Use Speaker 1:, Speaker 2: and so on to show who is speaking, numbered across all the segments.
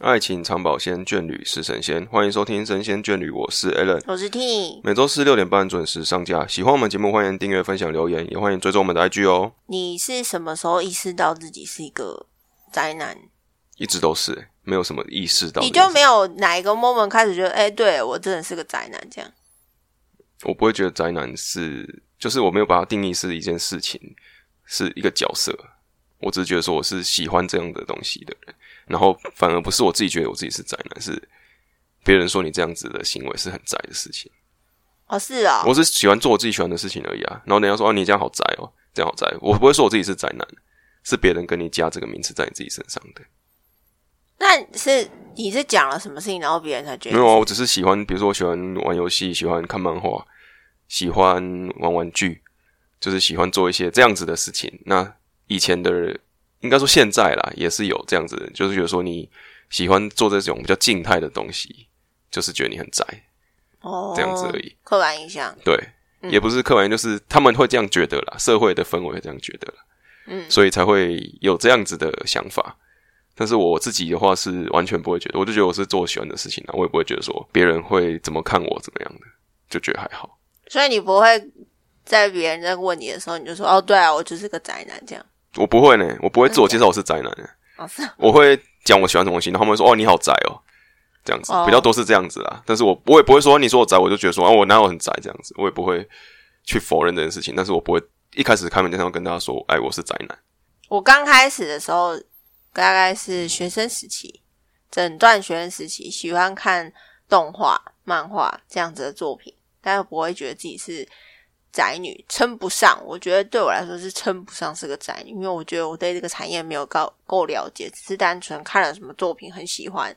Speaker 1: 爱情长保鲜，眷侣是神仙。欢迎收听《神仙眷侣》，我是 Alan。
Speaker 2: 我是 T，
Speaker 1: 每周四六点半准时上架。喜欢我们节目，欢迎订阅、分享、留言，也欢迎追踪我们的 IG 哦。
Speaker 2: 你是什么时候意识到自己是一个宅男？
Speaker 1: 一直都是、欸没有什么意识到这
Speaker 2: 你
Speaker 1: 件事。
Speaker 2: 就没有哪一个 moment 开始觉得，哎、对我真的是个宅男这样？
Speaker 1: 我不会觉得宅男是，就是我没有把它定义是一件事情，是一个角色。我只是觉得说我是喜欢这样的东西的人，然后反而不是我自己觉得我自己是宅男，是别人说你这样子的行为是很宅的事情。
Speaker 2: 哦，是哦，
Speaker 1: 我只是喜欢做我自己喜欢的事情而已啊。然后人家说啊，你这样好宅哦，这样好宅。我不会说我自己是宅男，是别人跟你加这个名词在你自己身上的。
Speaker 2: 那是你是讲了什么事情，然后别人才觉得
Speaker 1: 没有啊，我只是喜欢，比如说我喜欢玩游戏，喜欢看漫画，喜欢玩玩具，就是喜欢做一些这样子的事情。那以前的人，应该说现在啦，也是有这样子的人，就是觉得说你喜欢做这种比较静态的东西，就是觉得你很宅，
Speaker 2: 哦
Speaker 1: 这样子而已，
Speaker 2: 刻板印象。
Speaker 1: 对，
Speaker 2: 嗯
Speaker 1: 也不是刻板印象，就是他们会这样觉得啦，社会的氛围会这样觉得啦，
Speaker 2: 嗯
Speaker 1: 所以才会有这样子的想法。但是我自己的话是完全不会觉得，我就觉得我是做我喜欢的事情啊，我也不会觉得说别人会怎么看我怎么样的，就觉得还好。
Speaker 2: 所以你不会在别人在问你的时候，你就说，哦，对啊，我就是个宅男这样。
Speaker 1: 我不会呢，我不会自我介绍我是宅男的，
Speaker 2: 哦，是哦
Speaker 1: 我会讲我喜欢什么东西，然后他们会说哦你好宅哦，这样子
Speaker 2: 哦
Speaker 1: 比较多是这样子啦。但是我我也不会说你说我宅，我就觉得说啊我哪有很宅这样子，我也不会去否认这件事情，但是我不会一开始开门见山跟大家说哎我是宅男。
Speaker 2: 我刚开始的时候，大概是学生时期，整段学生时期喜欢看动画、漫画这样子的作品，但是不会觉得自己是宅女，称不上。我觉得对我来说是称不上是个宅女，因为我觉得我对这个产业没有够够了解，只是单纯看了什么作品很喜欢，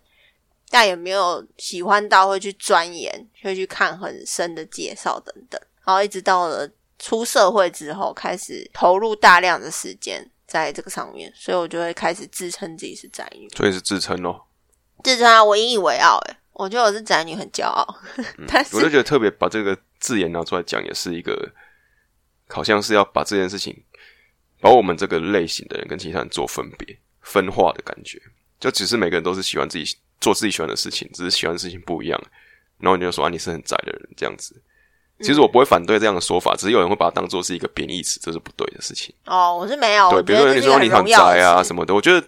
Speaker 2: 但也没有喜欢到会去钻研，会去看很深的介绍等等。然后一直到了出社会之后，开始投入大量的时间在这个上面，所以我就会开始自称自己是宅女，
Speaker 1: 所以是自称咯，
Speaker 2: 自称啊，我引以为傲、欸。我觉得我是宅女，很骄傲。但
Speaker 1: 嗯我就是觉得特别把这个字眼拿出来讲，也是一个好像是要把这件事情，把我们这个类型的人跟其他人做分别、分化的感觉。就只是每个人都是喜欢自己做自己喜欢的事情，只是喜欢的事情不一样。然后你就说啊，你是很宅的人这样子。其实我不会反对这样的说法，只是有人会把它当做是一个贬义词，这是不对的事情。
Speaker 2: 哦，我是没有。
Speaker 1: 对，
Speaker 2: 我
Speaker 1: 比
Speaker 2: 觉
Speaker 1: 如
Speaker 2: 得
Speaker 1: 说你
Speaker 2: 这是一个
Speaker 1: 说
Speaker 2: 很
Speaker 1: 你很
Speaker 2: 荣耀
Speaker 1: 宅啊
Speaker 2: 的事
Speaker 1: 什么的，我觉得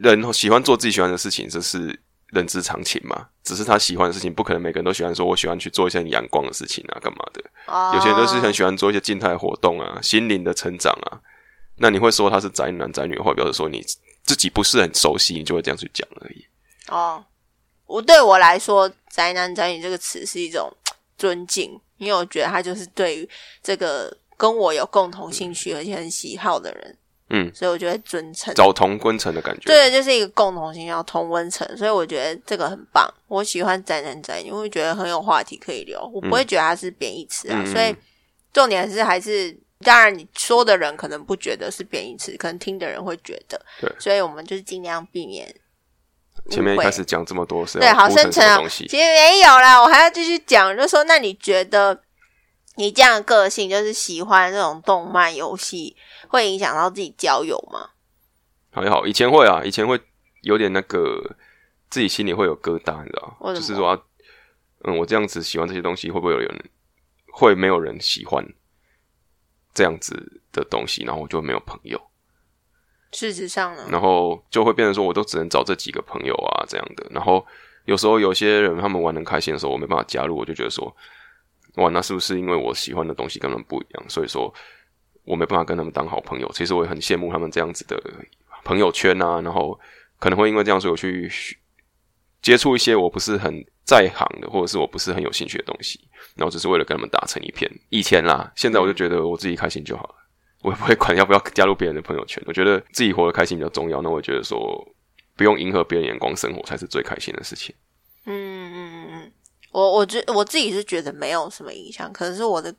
Speaker 1: 人喜欢做自己喜欢的事情，这是人之常情嘛。只是他喜欢的事情，不可能每个人都喜欢。说我喜欢去做一些很阳光的事情啊，干嘛的？
Speaker 2: 哦、
Speaker 1: 有些人就是很喜欢做一些静态活动啊，心灵的成长啊。那你会说他是宅男宅女的话，表示说你自己不是很熟悉，你就会这样去讲而已。
Speaker 2: 哦，我对我来说，“宅男宅女”这个词是一种尊敬，因为我觉得他就是对于这个跟我有共同兴趣而且很喜好的人，
Speaker 1: 嗯，
Speaker 2: 所以我就会尊称。
Speaker 1: 找同温层的感觉，
Speaker 2: 对，就是一个共同性，要同温层，所以我觉得这个很棒。我喜欢宅男宅女，因为觉得很有话题可以聊，我不会觉得它是贬义词啊。
Speaker 1: 嗯嗯嗯
Speaker 2: 所以重点是还是，当然你说的人可能不觉得是贬义词，可能听的人会觉得。
Speaker 1: 对
Speaker 2: 所以我们就是尽量避免
Speaker 1: 前面一
Speaker 2: 误会
Speaker 1: 开始讲这么多是
Speaker 2: 对，
Speaker 1: 要
Speaker 2: 好
Speaker 1: 铺陈
Speaker 2: 深
Speaker 1: 什
Speaker 2: 沉
Speaker 1: 么
Speaker 2: 啊
Speaker 1: 东！西
Speaker 2: 其？实没有啦，我还要继续讲，就说那你觉得你这样的个性，就是喜欢这种动漫游戏，会影响到自己交友吗？
Speaker 1: 还好，以前会啊，以前会有点那个自己心里会有疙瘩，你知道吗
Speaker 2: 为什
Speaker 1: 就
Speaker 2: 么
Speaker 1: 是说、啊，嗯，我这样子喜欢这些东西，会不会有人会没有人喜欢这样子的东西？然后我就没有朋友，
Speaker 2: 事实上呢，
Speaker 1: 然后就会变成说，我都只能找这几个朋友啊这样的。然后有时候有些人他们玩的开心的时候，我没办法加入，我就觉得说，哇，那是不是因为我喜欢的东西跟他们不一样，所以说我没办法跟他们当好朋友？其实我也很羡慕他们这样子的朋友圈啊，然后可能会因为这样，所以我去学接触一些我不是很在行的，或者是我不是很有兴趣的东西，然后只是为了跟他们打成一片。以前啦，现在我就觉得我自己开心就好了。我也不会管要不要加入别人的朋友圈，我觉得自己活得开心比较重要。那我觉得说，不用迎合别人眼光生活才是最开心的事情。
Speaker 2: 嗯嗯嗯嗯，我我觉我自己是觉得没有什么影响，可是我的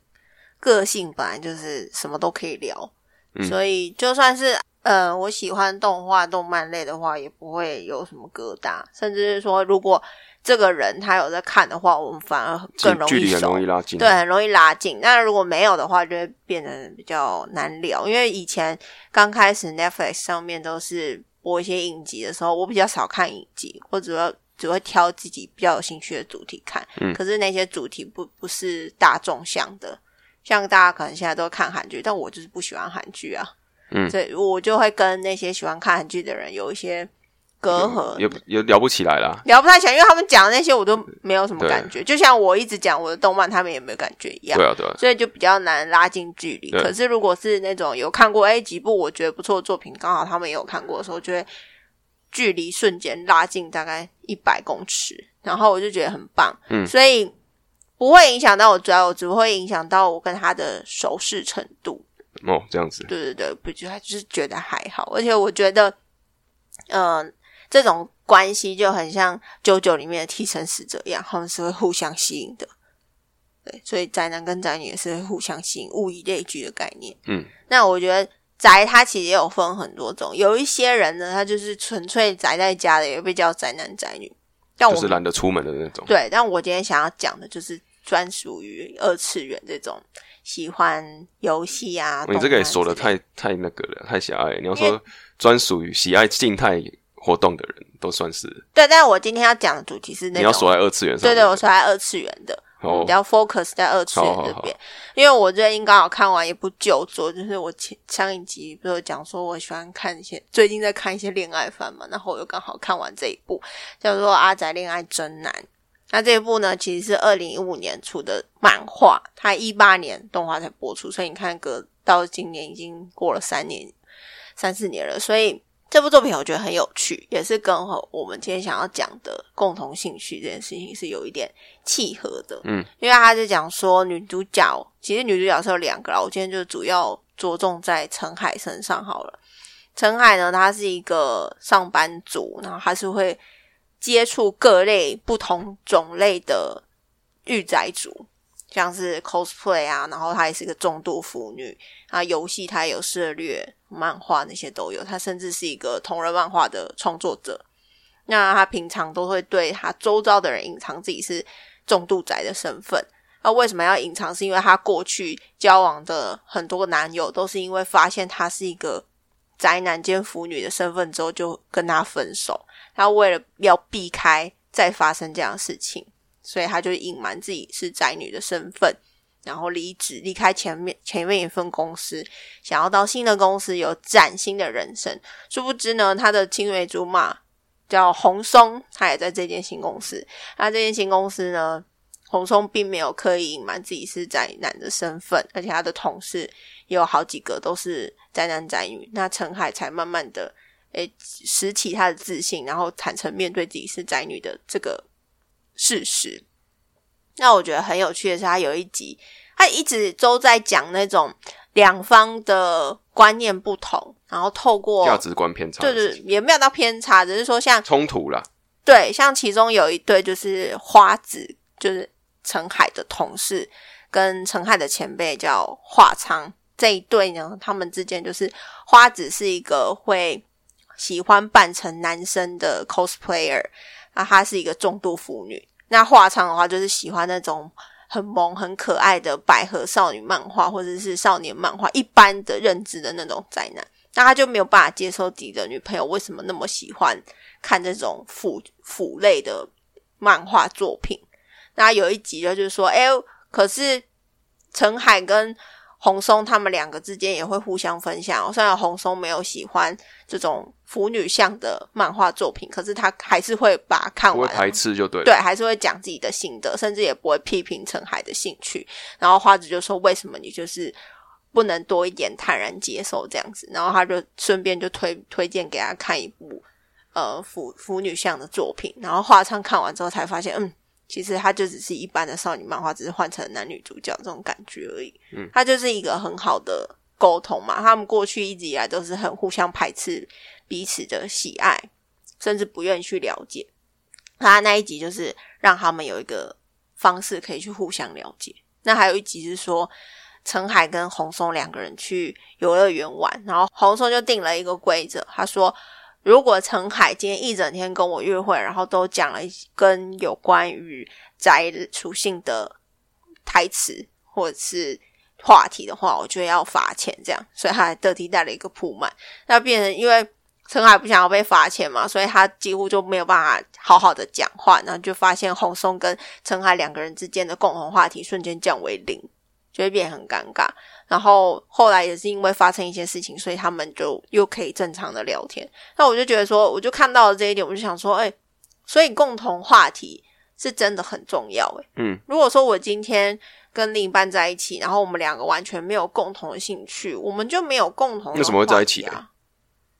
Speaker 2: 个性本来就是什么都可以聊，
Speaker 1: 嗯
Speaker 2: 所以就算是呃我喜欢动画、动漫类的话，也不会有什么疙瘩，甚至是说如果这个人他有在看的话，我们反而
Speaker 1: 距
Speaker 2: 更容
Speaker 1: 距
Speaker 2: 易
Speaker 1: 离很
Speaker 2: 熟
Speaker 1: 容易拉近。
Speaker 2: 对，，很容易拉近。那如果没有的话，就会变得比较难聊，因为以前刚开始 Netflix 上面都是。播一些影集的时候，我比较少看影集，我主要只会挑自己比较有兴趣的主题看。
Speaker 1: 嗯
Speaker 2: 可是那些主题不不是大众向的，像大家可能现在都看韩剧，但我就是不喜欢韩剧啊。
Speaker 1: 嗯
Speaker 2: 所以我就会跟那些喜欢看韩剧的人有一些隔阂，
Speaker 1: 也不也聊不起来啦。
Speaker 2: 聊不太起来，因为他们讲的那些我都没有什么感觉，就像我一直讲我的动漫，他们也没有感觉一样
Speaker 1: 对，啊，对啊，
Speaker 2: 所以就比较难拉近距离。
Speaker 1: 对
Speaker 2: 可是如果是那种有看过哎几部我觉得不错的作品，刚好他们也有看过的时候，就会距离瞬间拉近大概一百公尺，然后我就觉得很棒，
Speaker 1: 嗯
Speaker 2: 所以不会影响到我主要，我只会影响到我跟他的熟识程度。
Speaker 1: 哦，这样子，
Speaker 2: 对对对，不就他就是觉得还好，而且我觉得，嗯、这种关系就很像《九九》里面的替身使者一样，他们是会互相吸引的。对，所以宅男跟宅女也是会互相吸引，物以类聚的概念。
Speaker 1: 嗯，
Speaker 2: 那我觉得宅它其实也有分很多种，有一些人呢，他就是纯粹宅在家的，也被叫宅男宅女。但
Speaker 1: 就
Speaker 2: 我
Speaker 1: 是懒得出门的那种。
Speaker 2: 对，但我今天想要讲的就是专属于二次元这种喜欢游戏啊。
Speaker 1: 哦你这个也说
Speaker 2: 的
Speaker 1: 的太太那个了，太狭隘了。你要
Speaker 2: 因
Speaker 1: 说专属于喜爱静态活动的人，都算是
Speaker 2: 对，但我今天要讲的主题是那
Speaker 1: 你要
Speaker 2: 种，
Speaker 1: 锁在二次元上
Speaker 2: 对
Speaker 1: 面。
Speaker 2: 对，我嗯说在二次元的，
Speaker 1: 哦
Speaker 2: 比较 focus 在二次元这
Speaker 1: 好好
Speaker 2: 边，因为我最近刚好看完一部旧作，就是我前上一集不是有讲说我喜欢看一些最近在看一些恋爱番嘛，然后我又刚好看完这一部叫做《阿宅恋爱真难》。那这一部呢，其实是二零一五年出的漫画，它一八年动画才播出，所以你看，隔到今年已经过了三年、三四年了。所以这部作品我觉得很有趣，也是跟我们今天想要讲的共同兴趣这件事情是有一点契合的。
Speaker 1: 嗯，
Speaker 2: 因为他是讲说女主角，其实女主角是有两个啦，我今天就主要着重在陈海身上好了。陈海呢，他是一个上班族，然后他是会接触各类不同种类的御宅族，像是 cosplay 啊，然后她也是个重度腐女啊，游戏她也有涉略，漫画那些都有，她甚至是一个同人漫画的创作者。那她平常都会对她周遭的人隐藏自己是重度宅的身份。那为什么要隐藏？是因为她过去交往的很多个男友都是因为发现她是一个宅男兼腐女的身份之后，就跟她分手。她为了要避开再发生这样的事情，所以她就隐瞒自己是宅女的身份，然后离职，离开前面前面一份公司，想要到新的公司有崭新的人生。殊不知呢，她的青梅竹马叫红松，她也在这间新公司。那这间新公司呢，红松并没有刻意隐瞒自己是宅男的身份，而且他的同事也有好几个都是宅男宅女。那陈海才慢慢的，诶，拾起他的自信，然后坦诚面对自己是宅女的这个事实。那我觉得很有趣的是，他有一集，他一直都在讲那种两方的观念不同，然后透过
Speaker 1: 价值观偏差
Speaker 2: 对
Speaker 1: 的
Speaker 2: 对
Speaker 1: 事情，，
Speaker 2: 也没有到偏差，只是说像
Speaker 1: 冲突啦，
Speaker 2: 对，像其中有一对就是花子，就是陈海的同事跟陈海的前辈叫华昌这一对呢，他们之间就是花子是一个会喜欢扮成男生的 cosplayer，啊，她是一个重度腐女。那华昌的话就是喜欢那种很萌、很可爱的百合少女漫画或者是少年漫画，一般的认知的那种宅男。那他就没有办法接受自己的女朋友为什么那么喜欢看这种腐腐类的漫画作品。那有一集他就是说，哎、可是陈海跟红松他们两个之间也会互相分享哦、虽然红松没有喜欢这种腐女向的漫画作品，可是他还是会把它看
Speaker 1: 不会
Speaker 2: 完，
Speaker 1: 排斥就对了。
Speaker 2: 啊对，还是会讲自己的心得，甚至也不会批评陈海的兴趣。然后花子就说：“为什么你就是不能多一点坦然接受这样子？”然后他就顺便就推推荐给他看一部呃腐腐女向的作品。然后华昌看完之后才发现，嗯，其实它就只是一般的少女漫画，只是换成男女主角这种感觉而已。
Speaker 1: 嗯，
Speaker 2: 它就是一个很好的沟通嘛。他们过去一直以来都是很互相排斥彼此的喜爱，甚至不愿意去了解。他那一集就是让他们有一个方式可以去互相了解。那还有一集是说，陈海跟红松两个人去游乐园玩，然后红松就定了一个规则，他说。如果陈海今天一整天跟我约会，然后都讲了一跟有关于宅属性的台词或者是话题的话，我就要罚钱这样。所以他还特地带了一个铺满，那变成因为陈海不想要被罚钱嘛，所以他几乎就没有办法好好的讲话，然后就发现洪松跟陈海两个人之间的共同话题瞬间降为零，就会变得很尴尬。然后后来也是因为发生一些事情，所以他们就又可以正常的聊天。那我就觉得说，我就看到了这一点，我就想说，哎、所以共同话题是真的很重要、哎，
Speaker 1: 嗯，
Speaker 2: 如果说我今天跟另一半在一起，然后我们两个完全没有共同的兴趣，我们就没有共同的、
Speaker 1: 那怎么会在一起呢
Speaker 2: 啊？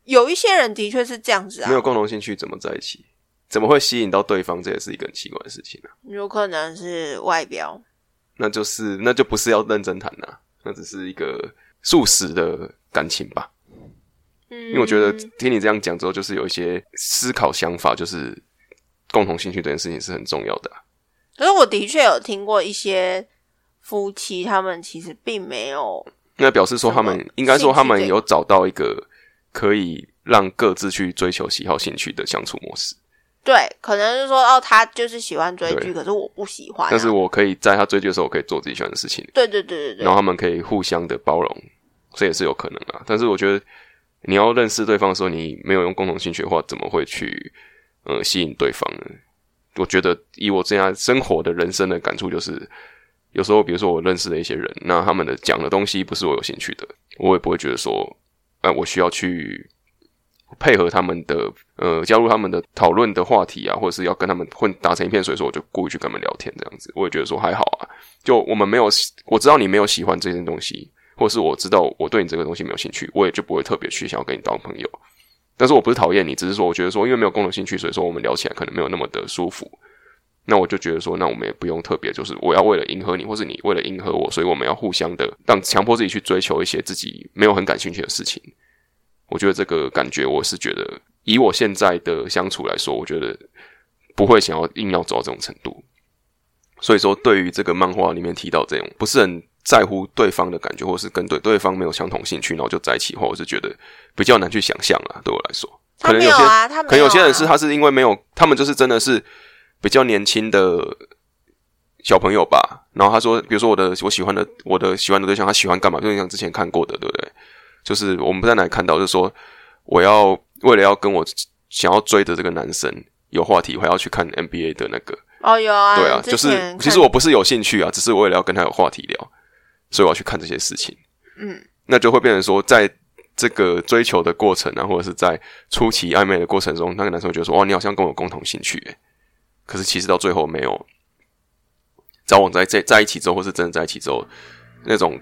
Speaker 2: 有一些人的确是这样子啊，
Speaker 1: 没有共同兴趣怎么在一起？怎么会吸引到对方？这也是一个很奇怪的事情啊。
Speaker 2: 有可能是外表，
Speaker 1: 那就是那就不是要认真谈呐、那只是一个素食的感情吧。
Speaker 2: 嗯，
Speaker 1: 因为我觉得听你这样讲之后，就是有一些思考想法，就是共同兴趣这件事情是很重要的啊、
Speaker 2: 可是我的确有听过一些夫妻，他们其实并没有，
Speaker 1: 那表示说他
Speaker 2: 什
Speaker 1: 们
Speaker 2: 么
Speaker 1: 应该说他们
Speaker 2: 兴趣这
Speaker 1: 有找到一个可以让各自去追求喜好兴趣的相处模式，
Speaker 2: 对，可能是说哦，他就是喜欢追剧，
Speaker 1: 对
Speaker 2: 可是我不喜欢啊、
Speaker 1: 但是我可以在他追剧的时候，我可以做自己喜欢的事情，
Speaker 2: 对对对对
Speaker 1: 然后
Speaker 2: 对，
Speaker 1: 他们可以互相的包容，这也是有可能啊。但是我觉得你要认识对方的时候，你没有用共同兴趣的话，怎么会去呃吸引对方呢？我觉得以我这样生活的人生的感触，就是有时候比如说我认识的一些人，那他们的讲的东西不是我有兴趣的，我也不会觉得说，哎、我需要去。配合他们的呃，加入他们的讨论的话题啊，或者是要跟他们混打成一片，所以说我就故意去跟他们聊天这样子，我也觉得说还好啊，就我们没有，我知道你没有喜欢这件东西，或是我知道我对你这个东西没有兴趣，我也就不会特别去想要跟你当朋友。但是我不是讨厌你，只是说我觉得说，因为没有共同兴趣，所以说我们聊起来可能没有那么的舒服。那我就觉得说，那我们也不用特别，就是我要为了迎合你，或是你为了迎合我，所以我们要互相的让强迫自己去追求一些自己没有很感兴趣的事情。我觉得这个感觉，我是觉得以我现在的相处来说，我觉得不会想要硬要走到这种程度。所以说，对于这个漫画里面提到这种不是很在乎对方的感觉，或是跟对对方没有相同兴趣，然后就在一起的话，我是觉得比较难去想象啊。对我来说，
Speaker 2: 他
Speaker 1: 可能
Speaker 2: 没
Speaker 1: 有
Speaker 2: 有
Speaker 1: 些、
Speaker 2: 啊，他没有、啊，
Speaker 1: 可能有些人是他是因为没有，他们就是真的是比较年轻的小朋友吧。然后他说，比如说我的我喜欢的我的喜欢的对象，他喜欢干嘛？就像之前看过的，对不对？就是我们在哪里看到，就是说我要为了要跟我想要追的这个男生有话题，我还要去看 NBA 的那个。
Speaker 2: 哦有啊，
Speaker 1: 对啊，
Speaker 2: 之
Speaker 1: 就是
Speaker 2: 前
Speaker 1: 其实
Speaker 2: 看
Speaker 1: 我不是有兴趣啊，只是为了要跟他有话题聊，所以我要去看这些事情。
Speaker 2: 嗯，
Speaker 1: 那就会变成说，在这个追求的过程啊，或者是在初期暧昧的过程中，那个男生会觉得说，哇，你好像跟我有共同兴趣耶，可是其实到最后没有交往在在在一起之后，或是真的在一起之后，那种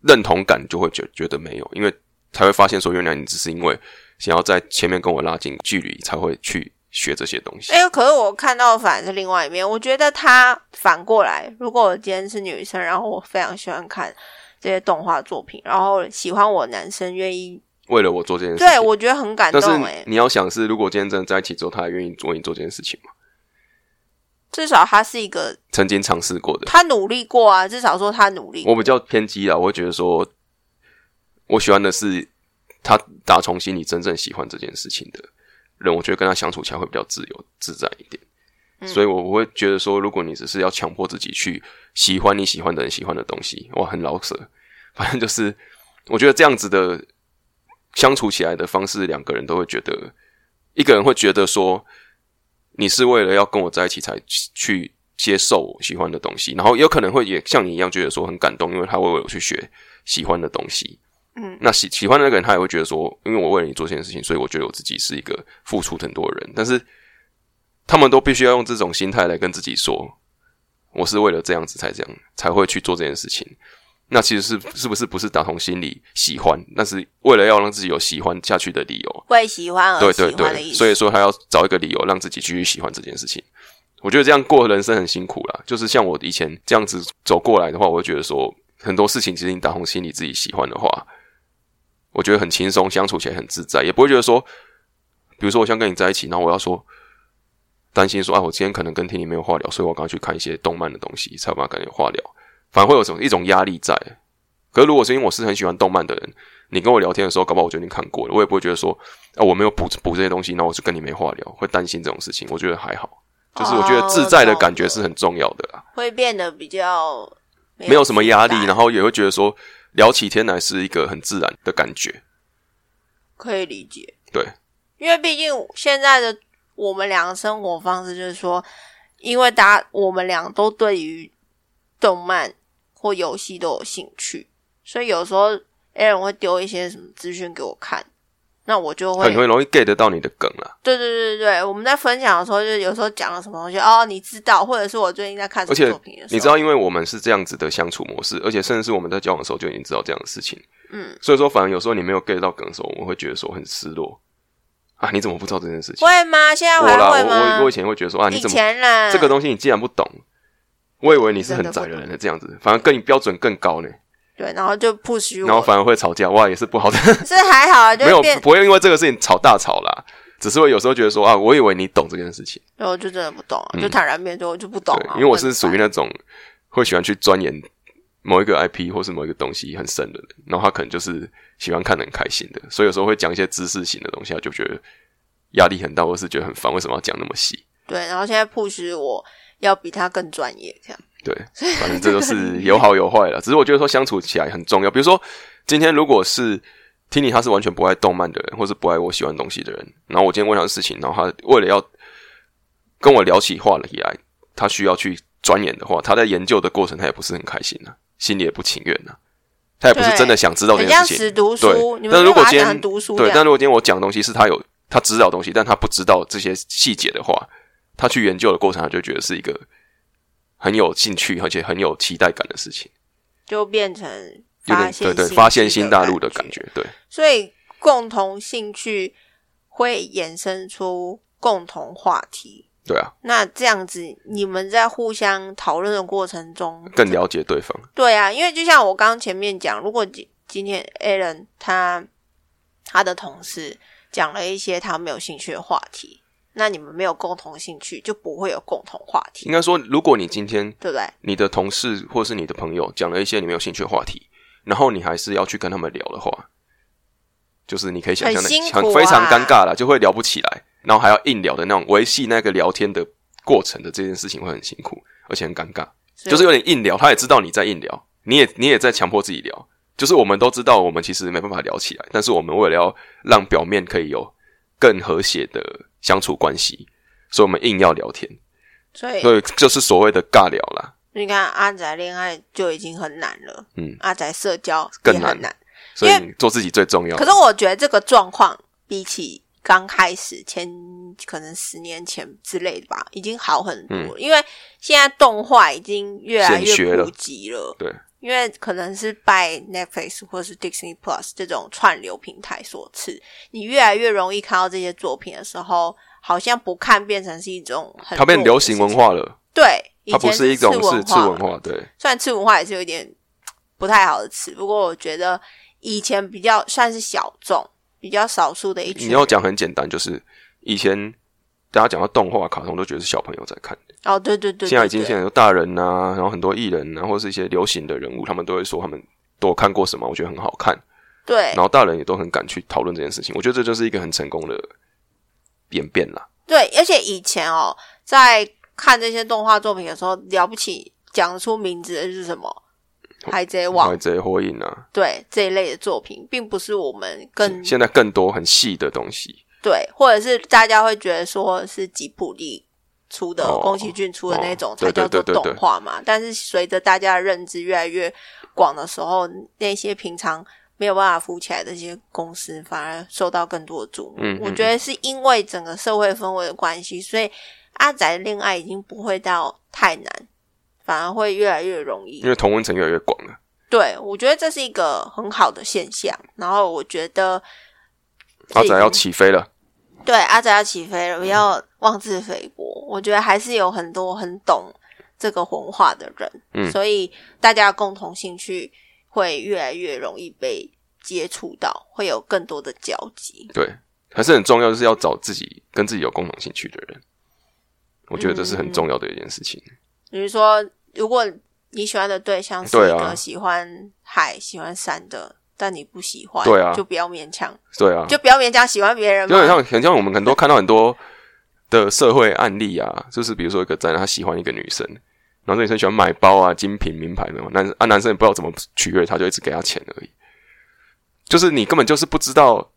Speaker 1: 认同感就会觉觉得没有，因为才会发现说，原来你只是因为想要在前面跟我拉近距离，才会去学这些东西。
Speaker 2: 哎、可是我看到的反而是另外一面。我觉得他反过来，如果我今天是女生，然后我非常喜欢看这些动画作品，然后喜欢我男生愿意，
Speaker 1: 为了我做这件事情，
Speaker 2: 对我觉得很感
Speaker 1: 但是
Speaker 2: 动、欸。哎，
Speaker 1: 你要想是，如果今天真的在一起之后，他还愿意为你做这件事情吗？
Speaker 2: 至少他是一个，
Speaker 1: 曾经尝试过的，
Speaker 2: 他努力过啊，至少说他努力过。
Speaker 1: 我比较偏激啦，我会觉得说，我喜欢的是他打从心里真正喜欢这件事情的人，我觉得跟他相处起来会比较自由自在一点。
Speaker 2: 嗯
Speaker 1: 所以我我会觉得说，如果你只是要强迫自己去喜欢你喜欢的人喜欢的东西，哇，很老舍。反正就是，我觉得这样子的相处起来的方式，两个人都会觉得，一个人会觉得说，你是为了要跟我在一起才去接受我喜欢的东西，然后有可能会也像你一样觉得说很感动，因为他为我去学喜欢的东西。
Speaker 2: 嗯，
Speaker 1: 那喜喜欢的那个人，他也会觉得说，因为我为了你做这件事情，所以我觉得我自己是一个付出很多的人。但是他们都必须要用这种心态来跟自己说，我是为了这样子才这样才会去做这件事情。那其实是是不是不是打从心里喜欢，那是为了要让自己有喜欢下去的理由，
Speaker 2: 为喜欢而
Speaker 1: 对
Speaker 2: 喜
Speaker 1: 对
Speaker 2: 欢的意
Speaker 1: 对，
Speaker 2: 思，
Speaker 1: 所以说他要找一个理由让自己继续喜欢这件事情。我觉得这样过人生很辛苦啦，就是像我以前这样子走过来的话，我会觉得说很多事情其实你打从心里自己喜欢的话，我觉得很轻松，相处起来很自在，也不会觉得说，比如说我想跟你在一起，然后我要说担心说啊，我今天可能跟听你没有话聊，所以我赶快去看一些动漫的东西，才有办法跟你有话聊，反而会有种一种压力在。可是如果是因为我是很喜欢动漫的人，你跟我聊天的时候，搞不好我就已经看过了，我也不会觉得说啊，我没有补补这些东西，那我就跟你没话聊，会担心这种事情。我觉得还好，就是我觉得自在的感觉是很重要的啦，
Speaker 2: 会变得比较
Speaker 1: 没有什么压力，
Speaker 2: 负担
Speaker 1: 然后也会觉得说聊起天来是一个很自然的感觉。
Speaker 2: 可以理解。
Speaker 1: 对，
Speaker 2: 因为毕竟现在的我们俩的生活方式就是说，因为大家我们俩都对于动漫或游戏都有兴趣，所以有时候 Aaron 会丢一些什么资讯给我看，那我就会
Speaker 1: 很会容易 get 得到你的梗啦。
Speaker 2: 对对对对对，我们在分享的时候，就是有时候讲了什么东西，哦，你知道，或者是我最近在看什
Speaker 1: 而
Speaker 2: 么
Speaker 1: 且
Speaker 2: 作品的时候，
Speaker 1: 你知道，因为我们是这样子的相处模式，而且甚至是我们在交往的时候就已经知道这样的事情。
Speaker 2: 嗯，
Speaker 1: 所以说，反而有时候你没有 get 到梗的时候，我们会觉得说很失落啊，你怎么不知道这件事情？
Speaker 2: 会吗？现在
Speaker 1: 我
Speaker 2: 还
Speaker 1: 啦，
Speaker 2: 会
Speaker 1: 我
Speaker 2: 吗？
Speaker 1: 我我以前会觉得说啊，你
Speaker 2: 以
Speaker 1: 怎么
Speaker 2: 前啦，
Speaker 1: 这个东西你竟然不懂？我以为你是很窄的
Speaker 2: 真
Speaker 1: 人呢，这样子，反而更标准更高呢，
Speaker 2: 对，然后就 push 我，
Speaker 1: 然后反而会吵架，哇，也是不好的。
Speaker 2: 是还好啊，就
Speaker 1: 没
Speaker 2: 是
Speaker 1: 有
Speaker 2: 变，
Speaker 1: 不会因为这个事情吵大吵啦，只是会有时候觉得说啊，我以为你懂这件事情，
Speaker 2: 然后就真的不懂啊，
Speaker 1: 嗯
Speaker 2: 就坦然面对，我就不懂
Speaker 1: 对
Speaker 2: 啊，，
Speaker 1: 因为我是属于
Speaker 2: 那
Speaker 1: 那种会喜欢去钻研某一个 IP 或是某一个东西很深的人，然后他可能就是喜欢看得很开心的，所以有时候会讲一些知识型的东西，他就觉得压力很大，或是觉得很烦，为什么要讲那么细？
Speaker 2: 对，然后现在 push 我要比他更专业，这样
Speaker 1: 对，反正这都是有好有坏了。只是我觉得说相处起来很重要。比如说，今天如果是听你他是完全不爱动漫的人，或是不爱我喜欢的东西的人，然后我今天问他的事情，然后他为了要跟我聊起话题来，他需要去钻研的话，他在研究的过程他也不是很开心啊，心里也不情愿啊，他也不是
Speaker 2: 对
Speaker 1: 真的想知道这
Speaker 2: 很
Speaker 1: 件
Speaker 2: 像
Speaker 1: 事情。
Speaker 2: 死读书，你
Speaker 1: 对，但
Speaker 2: 们没有
Speaker 1: 如果
Speaker 2: 把它
Speaker 1: 今
Speaker 2: 讲
Speaker 1: 天
Speaker 2: 成读书这
Speaker 1: 对，但
Speaker 2: 样，
Speaker 1: 如果今天我讲的东西是他有他知道的东西，但他不知道这些细节的话，他去研究的过程，他就觉得是一个很有兴趣而且很有期待感的事情，
Speaker 2: 就变成
Speaker 1: 有
Speaker 2: 发
Speaker 1: 点
Speaker 2: 现
Speaker 1: 对对，发现
Speaker 2: 新
Speaker 1: 新
Speaker 2: 知
Speaker 1: 大陆的感觉，对
Speaker 2: 所以共同兴趣会衍生出共同话题。
Speaker 1: 对啊，
Speaker 2: 那这样子，你们在互相讨论的过程中，
Speaker 1: 更了解对方，
Speaker 2: 对啊，因为就像我刚刚前面讲，如果今今天 Alan 他他的同事讲了一些他没有兴趣的话题，那你们没有共同兴趣，就不会有共同话题
Speaker 1: 应，该说，如果你今天
Speaker 2: 对不对？
Speaker 1: 你的同事或是你的朋友讲了一些你没有兴趣的话题，然后你还是要去跟他们聊的话，就是你可以想象
Speaker 2: 很辛
Speaker 1: 的
Speaker 2: 苦啊
Speaker 1: 很非常尴尬啦，就会聊不起来，然后还要硬聊的那种，维系那个聊天的过程的这件事情会很辛苦，而且很尴尬，
Speaker 2: 所以
Speaker 1: 就是有点硬聊，他也知道你在硬聊，你也你也在强迫自己聊，就是我们都知道我们其实没办法聊起来，但是我们为了要让表面可以有更和谐的相处关系，所以我们硬要聊天，
Speaker 2: 所以
Speaker 1: 所以就是所谓的尬聊啦。
Speaker 2: 你看阿宅恋爱就已经很难了，
Speaker 1: 嗯，
Speaker 2: 阿宅社交也
Speaker 1: 更
Speaker 2: 很
Speaker 1: 难
Speaker 2: 难
Speaker 1: 所以
Speaker 2: 因为
Speaker 1: 你做自己最重要。
Speaker 2: 可是我觉得这个状况比起刚开始前可能十年前之类的吧，已经好很多了、因为现在动画已经越来
Speaker 1: 嗯显学
Speaker 2: 越
Speaker 1: 了
Speaker 2: 普及了，
Speaker 1: 对，
Speaker 2: 因为可能是拜 Netflix 或是 Disney Plus 这种串流平台所赐，你越来越容易看到这些作品的时候，好像不看变成是一种很
Speaker 1: 它变
Speaker 2: 弱的
Speaker 1: 流行文
Speaker 2: 事情，
Speaker 1: 化了，
Speaker 2: 对，以
Speaker 1: 它不
Speaker 2: 前
Speaker 1: 是一种是次
Speaker 2: 次
Speaker 1: 文化，对，
Speaker 2: 虽然吃文化也是有一点不太好的词，不过我觉得以前比较算是小众、比较少数的一群
Speaker 1: 你
Speaker 2: 人。
Speaker 1: 要讲很简单，就是以前大家讲到动画、卡通都觉得是小朋友在看，
Speaker 2: 哦，对对对对
Speaker 1: 现在已经
Speaker 2: 对
Speaker 1: 现在有大人呐、然后很多艺人啊，或是一些流行的人物，他们都会说他们都有看过什么，我觉得很好看，
Speaker 2: 对
Speaker 1: 然后大人也都很敢去讨论这件事情，我觉得这就是一个很成功的演变啦。
Speaker 2: 对，而且以前哦，在看这些动画作品的时候，了不起讲得出名字的是什么？海贼王
Speaker 1: 海贼、火影啊，
Speaker 2: 对这一类的作品，并不是我们更
Speaker 1: 现在更多很细的东西，
Speaker 2: 对，或者是大家会觉得说是吉卜力出的、
Speaker 1: 哦
Speaker 2: 宫崎骏出的那种
Speaker 1: 哦
Speaker 2: 才
Speaker 1: 对对
Speaker 2: 叫做
Speaker 1: 对对
Speaker 2: 动
Speaker 1: 对
Speaker 2: 画嘛。但是随着大家的认知越来越广的时候，那些平常没有办法扶起来的这些公司，反而受到更多的注目。
Speaker 1: 嗯嗯
Speaker 2: 我觉得是因为整个社会氛围的关系，所以阿宅的恋爱已经不会到太难，反而会越来越容易
Speaker 1: 因。为同温层越来越广了，
Speaker 2: 对，我觉得这是一个很好的现象。然后我觉得
Speaker 1: 阿仔要
Speaker 2: 自己
Speaker 1: 起飞了，
Speaker 2: 对，阿宅要起飞
Speaker 1: 嗯
Speaker 2: 了，不要妄自菲薄。我觉得还是有很多很懂这个文化的人，
Speaker 1: 嗯
Speaker 2: 所以大家共同兴趣会越来越容易被接触到，会有更多的交集。
Speaker 1: 对，还是很重要，就是要找自己跟自己有共同兴趣的人。我觉得这是
Speaker 2: 嗯
Speaker 1: 很重要的一件事情。
Speaker 2: 比如说，如果你喜欢的对象是
Speaker 1: 对
Speaker 2: 一
Speaker 1: 啊
Speaker 2: 个喜欢海、喜欢山的，但你不喜欢，
Speaker 1: 对啊
Speaker 2: 就不要勉强，
Speaker 1: 对啊，
Speaker 2: 就不要勉强喜欢别人
Speaker 1: 就很
Speaker 2: 嘛。
Speaker 1: 像很像我们很多看到很多的社会案例啊，就是比如说一个宅男他喜欢一个女生，然后这女生喜欢买包啊、精品、名牌那种，男啊男生也不知道怎么取悦她，就一直给她钱而已。就是你根本就是不知道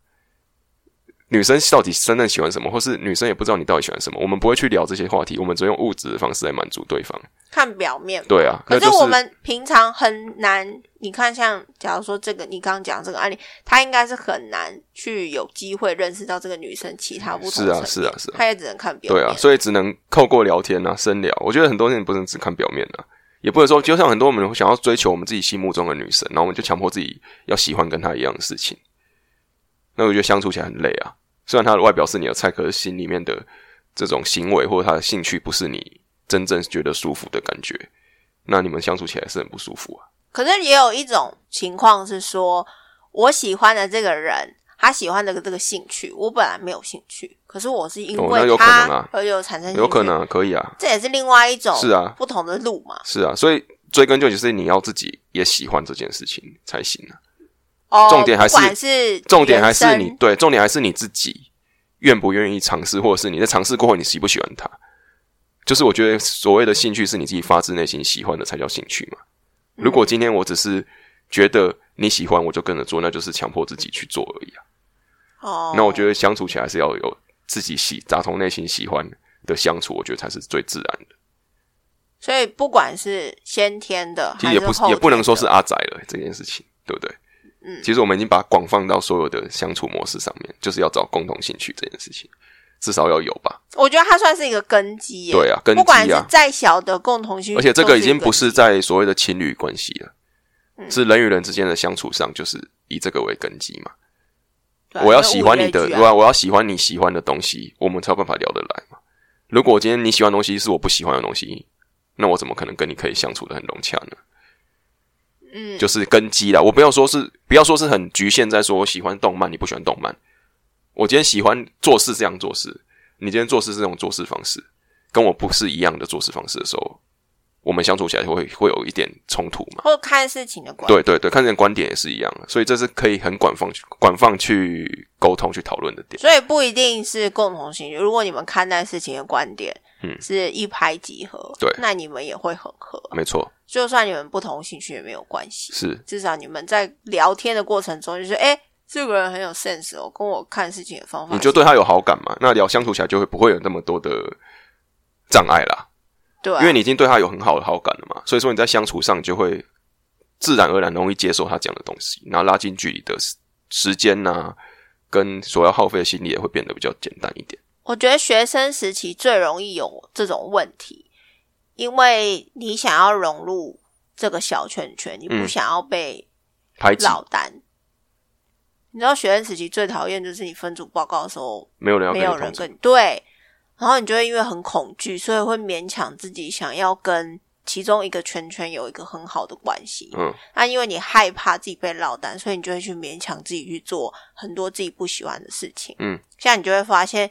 Speaker 1: 女生到底真正喜欢什么，或是女生也不知道你到底喜欢什么，我们不会去聊这些话题，我们只用物质的方式来满足对方。
Speaker 2: 看表面。
Speaker 1: 对啊，那
Speaker 2: 可
Speaker 1: 就是是
Speaker 2: 我们平常很难，你看，像假如说这个你刚刚讲这个案例，他应该是很难去有机会认识到这个女生其他不同
Speaker 1: 是啊
Speaker 2: 层
Speaker 1: 是
Speaker 2: 面
Speaker 1: 啊是啊
Speaker 2: 他也只能看表
Speaker 1: 对
Speaker 2: 面。
Speaker 1: 啊，所以只能透过聊天啊、深聊。我觉得很多人不能只看表面啊，也不能说，就像很多我们想要追求我们自己心目中的女神，然后我们就强迫自己要喜欢跟她一样的事情。那我觉得相处起来很累啊。虽然她的外表是你的菜，可是心里面的这种行为或者她的兴趣不是你真正觉得舒服的感觉，那你们相处起来是很不舒服啊。
Speaker 2: 可是也有一种情况是说，我喜欢的这个人，他喜欢的这个兴趣，我本来没有兴趣，可是我是因
Speaker 1: 哦那
Speaker 2: 为
Speaker 1: 有可能
Speaker 2: 他
Speaker 1: 啊
Speaker 2: 而有产生兴趣
Speaker 1: 有可，能、啊、可以啊，
Speaker 2: 这也是另外一种
Speaker 1: 是啊
Speaker 2: 不同的路嘛。
Speaker 1: 是啊，所以追根究底是你要自己也喜欢这件事情才行啊。
Speaker 2: 哦，
Speaker 1: 重点还是
Speaker 2: 不管是
Speaker 1: 重点还是
Speaker 2: 原
Speaker 1: 你
Speaker 2: 生
Speaker 1: 对，重点还是你自己愿不愿意尝试，或者是你在尝试过后你喜不喜欢它。就是我觉得所谓的兴趣是你自己发自内心喜欢的才叫兴趣嘛。
Speaker 2: 嗯
Speaker 1: 如果今天我只是觉得你喜欢，我就跟着做，那就是强迫自己去做而已啊。
Speaker 2: 哦，
Speaker 1: 那我觉得相处起来是要有自己喜打从内心喜欢的相处，我觉得才是最自然的。
Speaker 2: 所以不管是先天的，
Speaker 1: 其实也
Speaker 2: 还
Speaker 1: 不
Speaker 2: 是后
Speaker 1: 也不能
Speaker 2: 天
Speaker 1: 说是
Speaker 2: 的
Speaker 1: 阿宅了这件事情，对不对？嗯，其实我们已经把它广放到所有的相处模式上面，就是要找共同兴趣这件事情，至少要有吧。
Speaker 2: 我觉得它算是一个根基耶。
Speaker 1: 对啊根基啊
Speaker 2: 不管是再小的共同需，
Speaker 1: 而且这
Speaker 2: 嗯都嗯
Speaker 1: 个已经不是
Speaker 2: 一个根基
Speaker 1: 在所谓的情侣关系了，是人与人之间的相处上，就是以这个为根基嘛。
Speaker 2: 对啊
Speaker 1: 我要喜欢你
Speaker 2: 因
Speaker 1: 的，
Speaker 2: 为物以类
Speaker 1: 我
Speaker 2: 聚啊
Speaker 1: 要我要喜欢你喜欢的东西，我们才有办法聊得来嘛。如果今天你喜欢的东西是我不喜欢的东西，那我怎么可能跟你可以相处的很融洽呢？
Speaker 2: 嗯，
Speaker 1: 就是根基啦，我不要说是不要说是很局限在说我喜欢动漫，你不喜欢动漫。我今天喜欢做事这样做事，你今天做事是这种做事方式，跟我不是一样的做事方式的时候，我们相处起来就会会有一点冲突嘛。
Speaker 2: 或看事情的观
Speaker 1: 对
Speaker 2: 点。
Speaker 1: 对对，看人观点也是一样的，所以这是可以很广泛去广泛去沟通去讨论的点。
Speaker 2: 所以不一定是共同兴趣。如果你们看待事情的观点，
Speaker 1: 嗯
Speaker 2: 是一拍即合，
Speaker 1: 对
Speaker 2: 那你们也会很合啊。
Speaker 1: 没错，
Speaker 2: 就算你们不同兴趣也没有关系，
Speaker 1: 是
Speaker 2: 至少你们在聊天的过程中，就是哎、诶这个人很有 sense 哦，跟我看事情的方法是，
Speaker 1: 你就对他有好感嘛，那聊相处起来就会不会有那么多的障碍啦，
Speaker 2: 对啊，
Speaker 1: 因为你已经对他有很好的好感了嘛，所以说你在相处上就会自然而然容易接受他讲的东西，然后拉近距离的时时间呐、跟所要耗费的心力也会变得比较简单一点。
Speaker 2: 我觉得学生时期最容易有这种问题，因为你想要融入这个小圈圈，你不
Speaker 1: 嗯
Speaker 2: 想要被
Speaker 1: 排挤
Speaker 2: 落单。你知道学生时期最讨厌就是你分组报告的时候
Speaker 1: 没有人要
Speaker 2: 没
Speaker 1: 跟你
Speaker 2: 有
Speaker 1: 同
Speaker 2: 人
Speaker 1: 桌
Speaker 2: 跟你对，然后你就会因为很恐惧，所以会勉强自己想要跟其中一个圈圈有一个很好的关系。
Speaker 1: 嗯，
Speaker 2: 那因为你害怕自己被落单，所以你就会去勉强自己去做很多自己不喜欢的事情。
Speaker 1: 嗯，
Speaker 2: 像你就会发现，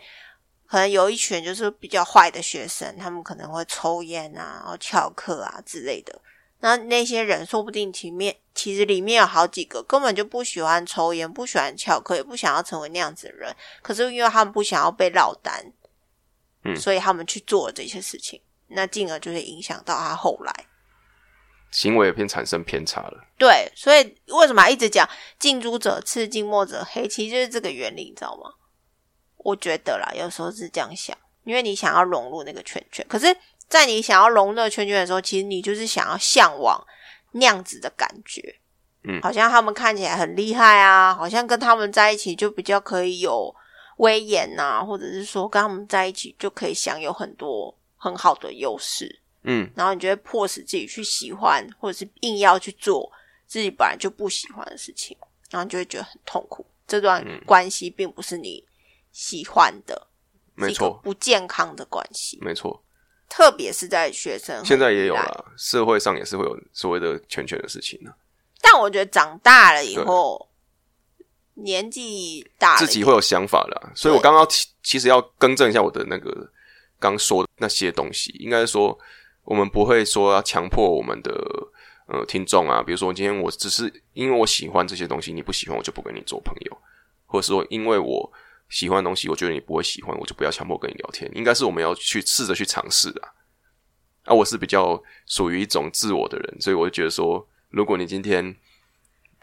Speaker 2: 可能有一群就是比较坏的学生，他们可能会抽烟啊，然后翘课啊之类的。那那些人说不定里面其实里面有好几个根本就不喜欢抽烟、不喜欢翘课，也不想要成为那样子的人。可是因为他们不想要被落单，
Speaker 1: 嗯
Speaker 2: 所以他们去做了这些事情，那进而就会影响到他后来。
Speaker 1: 行为也偏产生偏差了。
Speaker 2: 对，所以为什么一直讲近朱者赤，近墨者黑？其实就是这个原理，你知道吗？我觉得啦，有时候是这样想，因为你想要融入那个圈圈，可是，在你想要融入那个圈圈的时候，其实你就是想要向往那样子的感觉。
Speaker 1: 嗯
Speaker 2: 好像他们看起来很厉害啊，好像跟他们在一起就比较可以有威严呐、或者是说跟他们在一起就可以享有很多很好的优势。
Speaker 1: 嗯，
Speaker 2: 然后你就会迫使自己去喜欢，或者是硬要去做自己本来就不喜欢的事情，然后你就会觉得很痛苦。这段
Speaker 1: 嗯
Speaker 2: 关系并不是你喜欢的，
Speaker 1: 没
Speaker 2: 是一个
Speaker 1: 错，
Speaker 2: 不健康的关系，
Speaker 1: 没错。
Speaker 2: 特别是在学生
Speaker 1: 现在也有
Speaker 2: 了。
Speaker 1: 啦，社会上也是会有所谓的圈圈的事情呢、
Speaker 2: 但我觉得长大了以后，年纪大了以后，
Speaker 1: 自己会有想法啦。所以我刚刚其其实要更正一下我的那个刚说的那些东西，应该说我们不会说要强迫我们的呃听众啊，比如说今天我只是因为我喜欢这些东西，你不喜欢我就不跟你做朋友，或者说因为我喜欢的东西，我觉得你不会喜欢，我就不要强迫跟你聊天。应该是我们要去试着去尝试的啊。啊，我是比较属于一种自我的人，所以我就觉得说，如果你今天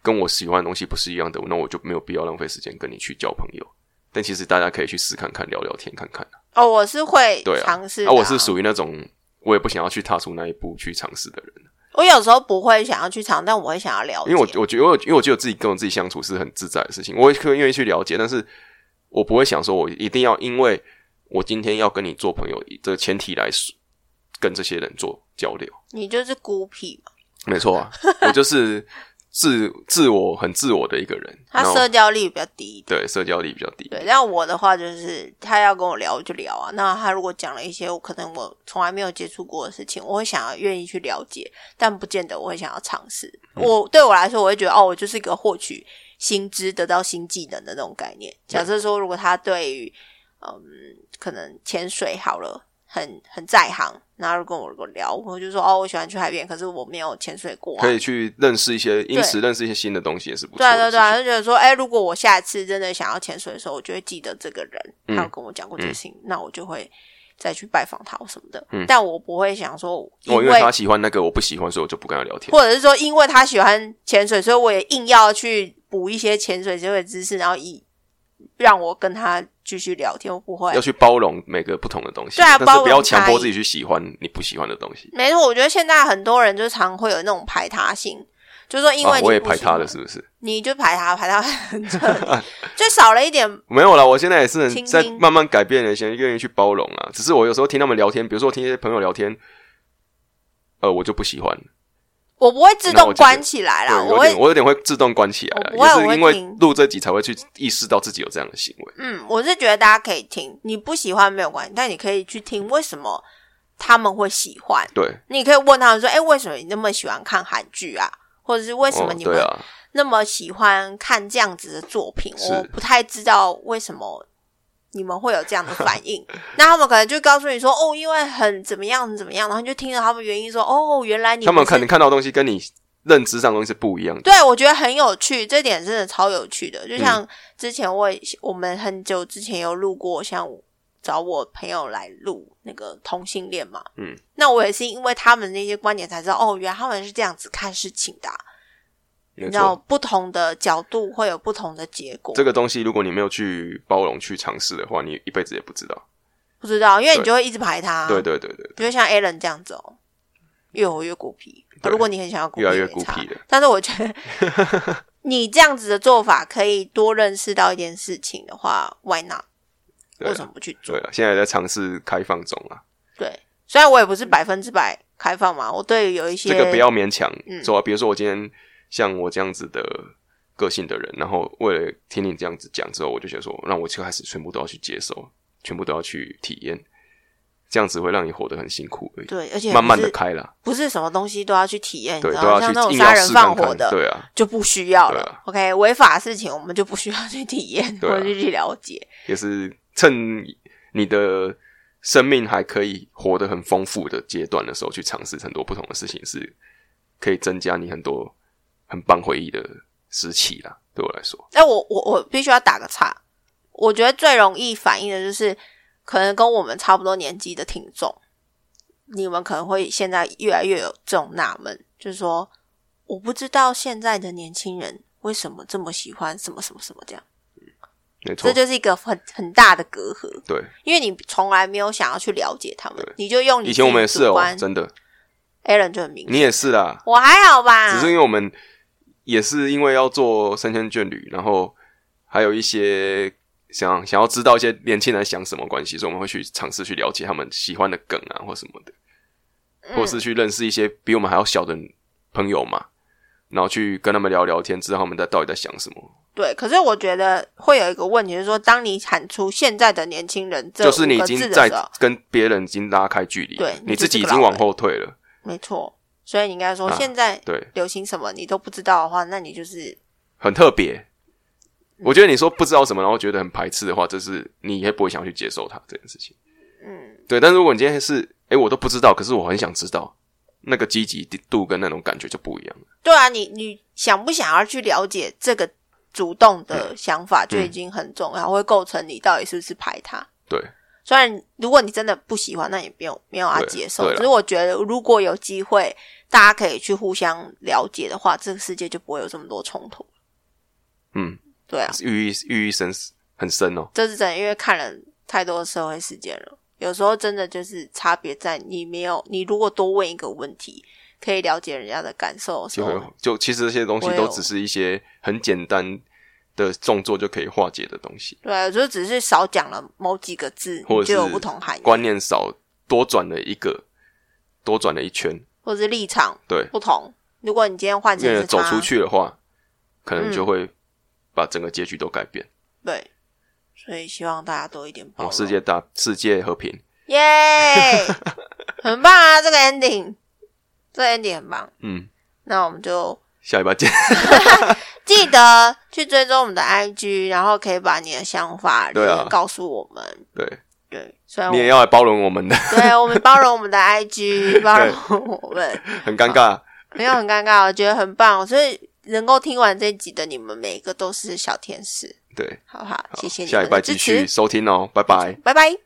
Speaker 1: 跟我喜欢的东西不是一样的，那我就没有必要浪费时间跟你去交朋友。但其实大家可以去试看看，聊聊天看看。
Speaker 2: 哦，我是会
Speaker 1: 对啊，
Speaker 2: 尝试的
Speaker 1: 啊
Speaker 2: 啊、
Speaker 1: 我是属于那种我也不想要去踏出那一步去尝试的人，
Speaker 2: 我有时候不会想要去尝，但我会想要了解。
Speaker 1: 因为我我觉得我因为我觉得我自己跟我自己相处是很自在的事情，我也可以愿意去了解，但是我不会想说我一定要因为我今天要跟你做朋友这个前提来跟这些人做交流。
Speaker 2: 你就是孤僻嘛，
Speaker 1: 没错啊，我就是自自我很自我的一个人，
Speaker 2: 他
Speaker 1: 然后
Speaker 2: 社交力比较低一点。
Speaker 1: 对社交力比较低。
Speaker 2: 对，但我的话就是他要跟我聊我就聊啊。那他如果讲了一些我可能我从来没有接触过的事情，我会想要愿意去了解，但不见得我会想要尝试。
Speaker 1: 嗯
Speaker 2: 我对我来说，我会觉得哦，我就是一个获取新知、得到新技能的那种概念。假设说，如果他对于嗯，可能潜水好了，很很在行，然后跟我跟我聊，我就说哦，我喜欢去海边，可是我没有潜水过、啊，
Speaker 1: 可以去认识一些，因
Speaker 2: 对
Speaker 1: 此认识一些新的东西也是不错
Speaker 2: 对
Speaker 1: 的
Speaker 2: 啊，
Speaker 1: 事
Speaker 2: 对
Speaker 1: 情。
Speaker 2: 啊对啊，就觉得说，哎、如果我下一次真的想要潜水的时候，我就会记得这个人，
Speaker 1: 嗯
Speaker 2: 他有跟我讲过这个事情，那我就会再去拜访他或什么的。
Speaker 1: 嗯
Speaker 2: 但我不会想说，
Speaker 1: 我哦因
Speaker 2: 为
Speaker 1: 为他喜欢那个，我不喜欢，所以我就不跟他聊天。
Speaker 2: 或者是说，因为他喜欢潜水，所以我也硬要去补一些潜水之类的知识，然后以让我跟他继续聊天。我不会
Speaker 1: 要，去包容每个不同的东西，
Speaker 2: 对啊
Speaker 1: 但是
Speaker 2: 包
Speaker 1: 不要
Speaker 2: 容
Speaker 1: 强
Speaker 2: 差
Speaker 1: 迫
Speaker 2: 异
Speaker 1: 自己去喜欢你不喜欢的东西。
Speaker 2: 没错，我觉得现在很多人就常会有那种排他性，就是说因为
Speaker 1: 啊、
Speaker 2: 你
Speaker 1: 我也
Speaker 2: 不
Speaker 1: 排
Speaker 2: 喜
Speaker 1: 他
Speaker 2: 欢
Speaker 1: 了，是不是？
Speaker 2: 你就排他，排他很 彻 底，就少了一点
Speaker 1: 没有啦，我现在也是很
Speaker 2: 倾听
Speaker 1: 在慢慢改变了，现在愿意去包容啊。只是我有时候听他们聊天，比如说我听一些朋友聊天，呃，我就不喜欢，
Speaker 2: 我不会自
Speaker 1: 那我
Speaker 2: 动
Speaker 1: 记得
Speaker 2: 关起来啦，
Speaker 1: 对，有
Speaker 2: 会
Speaker 1: 点我有点会自动关起来
Speaker 2: 我
Speaker 1: 了，
Speaker 2: 不会
Speaker 1: 也
Speaker 2: 我
Speaker 1: 是
Speaker 2: 会
Speaker 1: 因为
Speaker 2: 听
Speaker 1: 录这集才会去意识到自己有这样的行为。
Speaker 2: 嗯，我是觉得大家可以听，你不喜欢没有关系，但你可以去听为什么他们会喜欢。
Speaker 1: 对，
Speaker 2: 你可以问他们说：“哎、为什么你那么喜欢看韩剧啊？或者是为什么
Speaker 1: 哦
Speaker 2: 你
Speaker 1: 对
Speaker 2: 们
Speaker 1: 啊，
Speaker 2: 那么喜欢看这样子的作品？”
Speaker 1: 是
Speaker 2: 我不太知道为什么你们会有这样的反应。 那他们可能就告诉你说：“哦，因为很怎么样怎么样。”然后你就听了他们原因说：“哦，原来你
Speaker 1: 他们
Speaker 2: 不是
Speaker 1: 可能看到的东西跟你认知上的东西是不一样的。
Speaker 2: 对，我觉得很有趣，这点真的超有趣的。
Speaker 1: 嗯
Speaker 2: 就像之前我也我们很久之前有录过，像找我朋友来录那个同性恋嘛，
Speaker 1: 嗯，
Speaker 2: 那我也是因为他们那些观点才知道，哦，原来他们是这样子看事情的啊、
Speaker 1: 没
Speaker 2: 你知道
Speaker 1: 错，
Speaker 2: 不同的角度会有不同的结果。
Speaker 1: 这个东西如果你没有去包容、去尝试的话，你一辈子也不知道。
Speaker 2: 不知道，因为你
Speaker 1: 对
Speaker 2: 就会一直排他啊、
Speaker 1: 对对对对，
Speaker 2: 比如像 a l a n 这样子哦，越活越孤僻。
Speaker 1: 对
Speaker 2: 如果你很想要孤僻，
Speaker 1: 越来越
Speaker 2: 也没
Speaker 1: 孤
Speaker 2: 差
Speaker 1: 僻了。
Speaker 2: 但是我觉得你这样子的做法，可以多认识到一件事情 的话，Why not？
Speaker 1: 对啊
Speaker 2: 为什么不去
Speaker 1: 对
Speaker 2: 做？
Speaker 1: 了，现在也在尝试开放中啊，
Speaker 2: 对，虽然我也不是百分之百开放嘛，我对于有一些
Speaker 1: 这个不要勉强
Speaker 2: 嗯
Speaker 1: 说啊、比如说我今天像我这样子的个性的人，然后为了听你这样子讲之后，我就觉得说，让我就开始全部都要去接受，全部都要去体验，这样子会让你活得很辛苦而已。
Speaker 2: 对，而且
Speaker 1: 慢慢的
Speaker 2: 不是
Speaker 1: 开啦，
Speaker 2: 不是什么东西都要去体验，你
Speaker 1: 对，
Speaker 2: 知
Speaker 1: 都
Speaker 2: 道吗？
Speaker 1: 要去
Speaker 2: 像那种
Speaker 1: 硬
Speaker 2: 杀
Speaker 1: 要
Speaker 2: 人
Speaker 1: 试
Speaker 2: 放
Speaker 1: 看
Speaker 2: 火
Speaker 1: 看，
Speaker 2: 的，
Speaker 1: 对啊，
Speaker 2: 就不需要了。
Speaker 1: 对啊
Speaker 2: OK，违法事情我们就不需要去体验
Speaker 1: 对啊
Speaker 2: 或者是去了解。
Speaker 1: 也是趁你的生命还可以活得很丰富的阶段的时候，去尝试很多不同的事情，是可以增加你很多很棒回忆的时期啦。对我来说，
Speaker 2: 但哎我我我必须要打个岔，我觉得最容易反映的就是，可能跟我们差不多年纪的听众，你们可能会现在越来越有这种纳闷，就是说，我不知道现在的年轻人为什么这么喜欢什么什么什么这样，
Speaker 1: 没错
Speaker 2: 这，就是一个很很大的隔阂，
Speaker 1: 对。
Speaker 2: 因为你从来没有想要去了解他们
Speaker 1: 对，
Speaker 2: 你就用你
Speaker 1: 以前我们也是哦、
Speaker 2: a
Speaker 1: 真的，
Speaker 2: l n 就很明
Speaker 1: 你
Speaker 2: 显，
Speaker 1: 也是啦，
Speaker 2: 我还好吧，
Speaker 1: 只是因为我们也是因为要做生鲜眷侣，然后还有一些想想要知道一些年轻人在想什么关系，所以我们会去尝试去了解他们喜欢的梗啊或什么的，
Speaker 2: 嗯
Speaker 1: 或是去认识一些比我们还要小的朋友嘛，然后去跟他们聊聊天，知道他们在到底在想什么。
Speaker 2: 对，可是我觉得会有一个问题，就是说，当你喊出现在的年轻人这
Speaker 1: 就是你
Speaker 2: 五
Speaker 1: 已
Speaker 2: 个
Speaker 1: 经
Speaker 2: 字的
Speaker 1: 在
Speaker 2: 时候，
Speaker 1: 跟别人已经拉开距离了，
Speaker 2: 对
Speaker 1: 你
Speaker 2: 你
Speaker 1: 自
Speaker 2: 就是
Speaker 1: 己已
Speaker 2: 个
Speaker 1: 经
Speaker 2: 老
Speaker 1: 往
Speaker 2: 人
Speaker 1: 后退了，
Speaker 2: 没错，所以你应该说
Speaker 1: 啊
Speaker 2: 现在
Speaker 1: 对。
Speaker 2: 流行什么你都不知道的话，那你就是
Speaker 1: 很特别。我觉得你说不知道什么，然后觉得很排斥的话，这是你也不会想去接受它这件事情。嗯，对。但如果你今天是，哎、我都不知道，可是我很想知道，那个积极度跟那种感觉就不一样了。
Speaker 2: 对啊，你你想不想要去了解这个主动的
Speaker 1: 嗯
Speaker 2: 想法就已经很重要，会构成你到底是不是排他。
Speaker 1: 对，
Speaker 2: 虽然如果你真的不喜欢，那也不用没有要
Speaker 1: 对
Speaker 2: 接受
Speaker 1: 对。啦
Speaker 2: 只是我觉得，如果有机会，大家可以去互相了解的话，这个世界就不会有这么多冲突。
Speaker 1: 嗯，
Speaker 2: 对啊，
Speaker 1: 寓意寓意深很深哦。
Speaker 2: 这是真的，因为看了太多社会事件了，有时候真的就是差别在你没有，你如果多问一个问题，可以了解人家的感受的时
Speaker 1: 就
Speaker 2: 候，
Speaker 1: 很就其实这些东西
Speaker 2: 我
Speaker 1: 都
Speaker 2: 有
Speaker 1: 只是一些很简单的动作就可以化解的东西，
Speaker 2: 对，啊就只是少讲了某几个字，
Speaker 1: 或
Speaker 2: 你
Speaker 1: 者
Speaker 2: 就是有不同含义，
Speaker 1: 观念少多转了一个，多转了一圈，
Speaker 2: 或者是立场
Speaker 1: 对，
Speaker 2: 不同。如果你今天换成
Speaker 1: 因为
Speaker 2: 是
Speaker 1: 走
Speaker 2: 他
Speaker 1: 出，去的话，可能
Speaker 2: 嗯
Speaker 1: 就会把整个结局都改变。
Speaker 2: 对，所以希望大家多一点
Speaker 1: 哦，
Speaker 2: 包容。
Speaker 1: 世界大世界和平，
Speaker 2: 耶很棒啊！这个 ending，这个 ending 很棒。
Speaker 1: 嗯，
Speaker 2: 那我们就
Speaker 1: 下一把见。
Speaker 2: 记得去追踪我们的 IG，然后可以把你的想法
Speaker 1: 对啊
Speaker 2: 留言告诉我们。
Speaker 1: 对
Speaker 2: 对，虽然我
Speaker 1: 你也要来包容我们的，
Speaker 2: 对 我们包容我们的 IG，包容我们，
Speaker 1: 很尴尬。
Speaker 2: 没有很尴尬，我觉得很棒。所以能够听完这一集的你们，每一个都是小天使，
Speaker 1: 对，
Speaker 2: 好不好？
Speaker 1: 好
Speaker 2: 谢谢你
Speaker 1: 下
Speaker 2: 们
Speaker 1: 礼拜
Speaker 2: 的支
Speaker 1: 继续
Speaker 2: 持，
Speaker 1: 收听哦，拜拜。
Speaker 2: 拜拜。